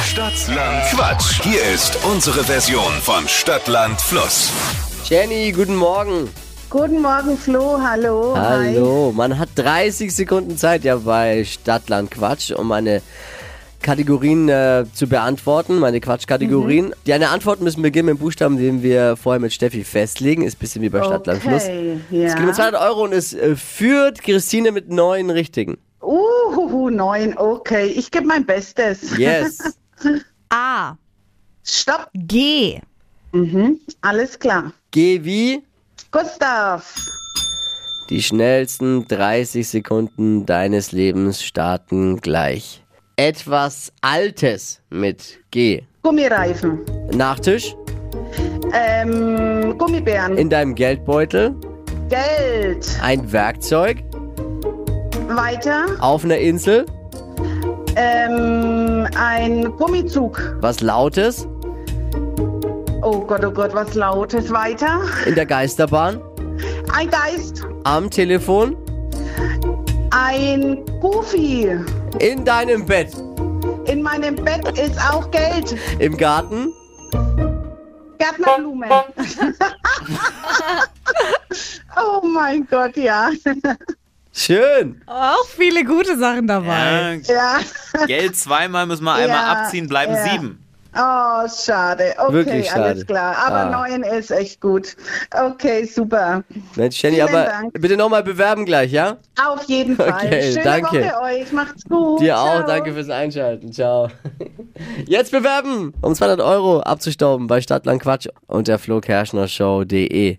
Stadtland Quatsch. Hier ist unsere Version von Stadtland Fluss. Jenny, guten Morgen. Guten Morgen, Flo. Hallo. Hallo, man hat 30 Sekunden Zeit ja bei Stadtland Quatsch, um meine Kategorien äh, zu beantworten, meine Quatschkategorien. Mhm. Deine Antworten müssen beginnen mit dem Buchstaben, den wir vorher mit Steffi festlegen. Ist ein bisschen wie bei Stadtland Fluss. Okay, Es gibt ja. 200 Euro und es äh, führt Christine mit neun richtigen. Hi. Uhuhu, neun. Okay, ich gebe mein Bestes. Yes. A. Stopp. G. Mhm. Alles klar. Geh wie? Gustav. Die schnellsten 30 Sekunden deines Lebens starten gleich. Etwas Altes mit G. Gummireifen. Nachtisch, Ähm, Gummibären. in deinem Geldbeutel, Geld. ein Werkzeug, Weiter. auf einer Insel, Ähm, ein Gummizug. was Lautes, Oh Gott, oh Gott, was Lautes. Weiter. in der Geisterbahn, Ein Geist. am Telefon, Ein Goofy. in deinem Bett, In meinem Bett ist auch Geld. im Garten, Gärtnerblume. oh mein Gott, ja. schön. Auch viele gute Sachen dabei. Ja, ja. Geld zweimal müssen wir einmal Ja, abziehen, bleiben ja. sieben. Oh, schade. Okay, Wirklich schade. alles klar. Aber Ah. neun ist echt gut. Okay, super. Mensch, Jenny, Vielen aber Dank. bitte nochmal bewerben gleich, ja? Auf jeden Fall. Okay, Schöne danke. Woche euch. Macht's gut. Dir auch, Ciao. danke fürs Einschalten. Ciao. Jetzt bewerben, um 200 Euro abzustauben bei Stadtland Quatsch unter flokerschnershow.de.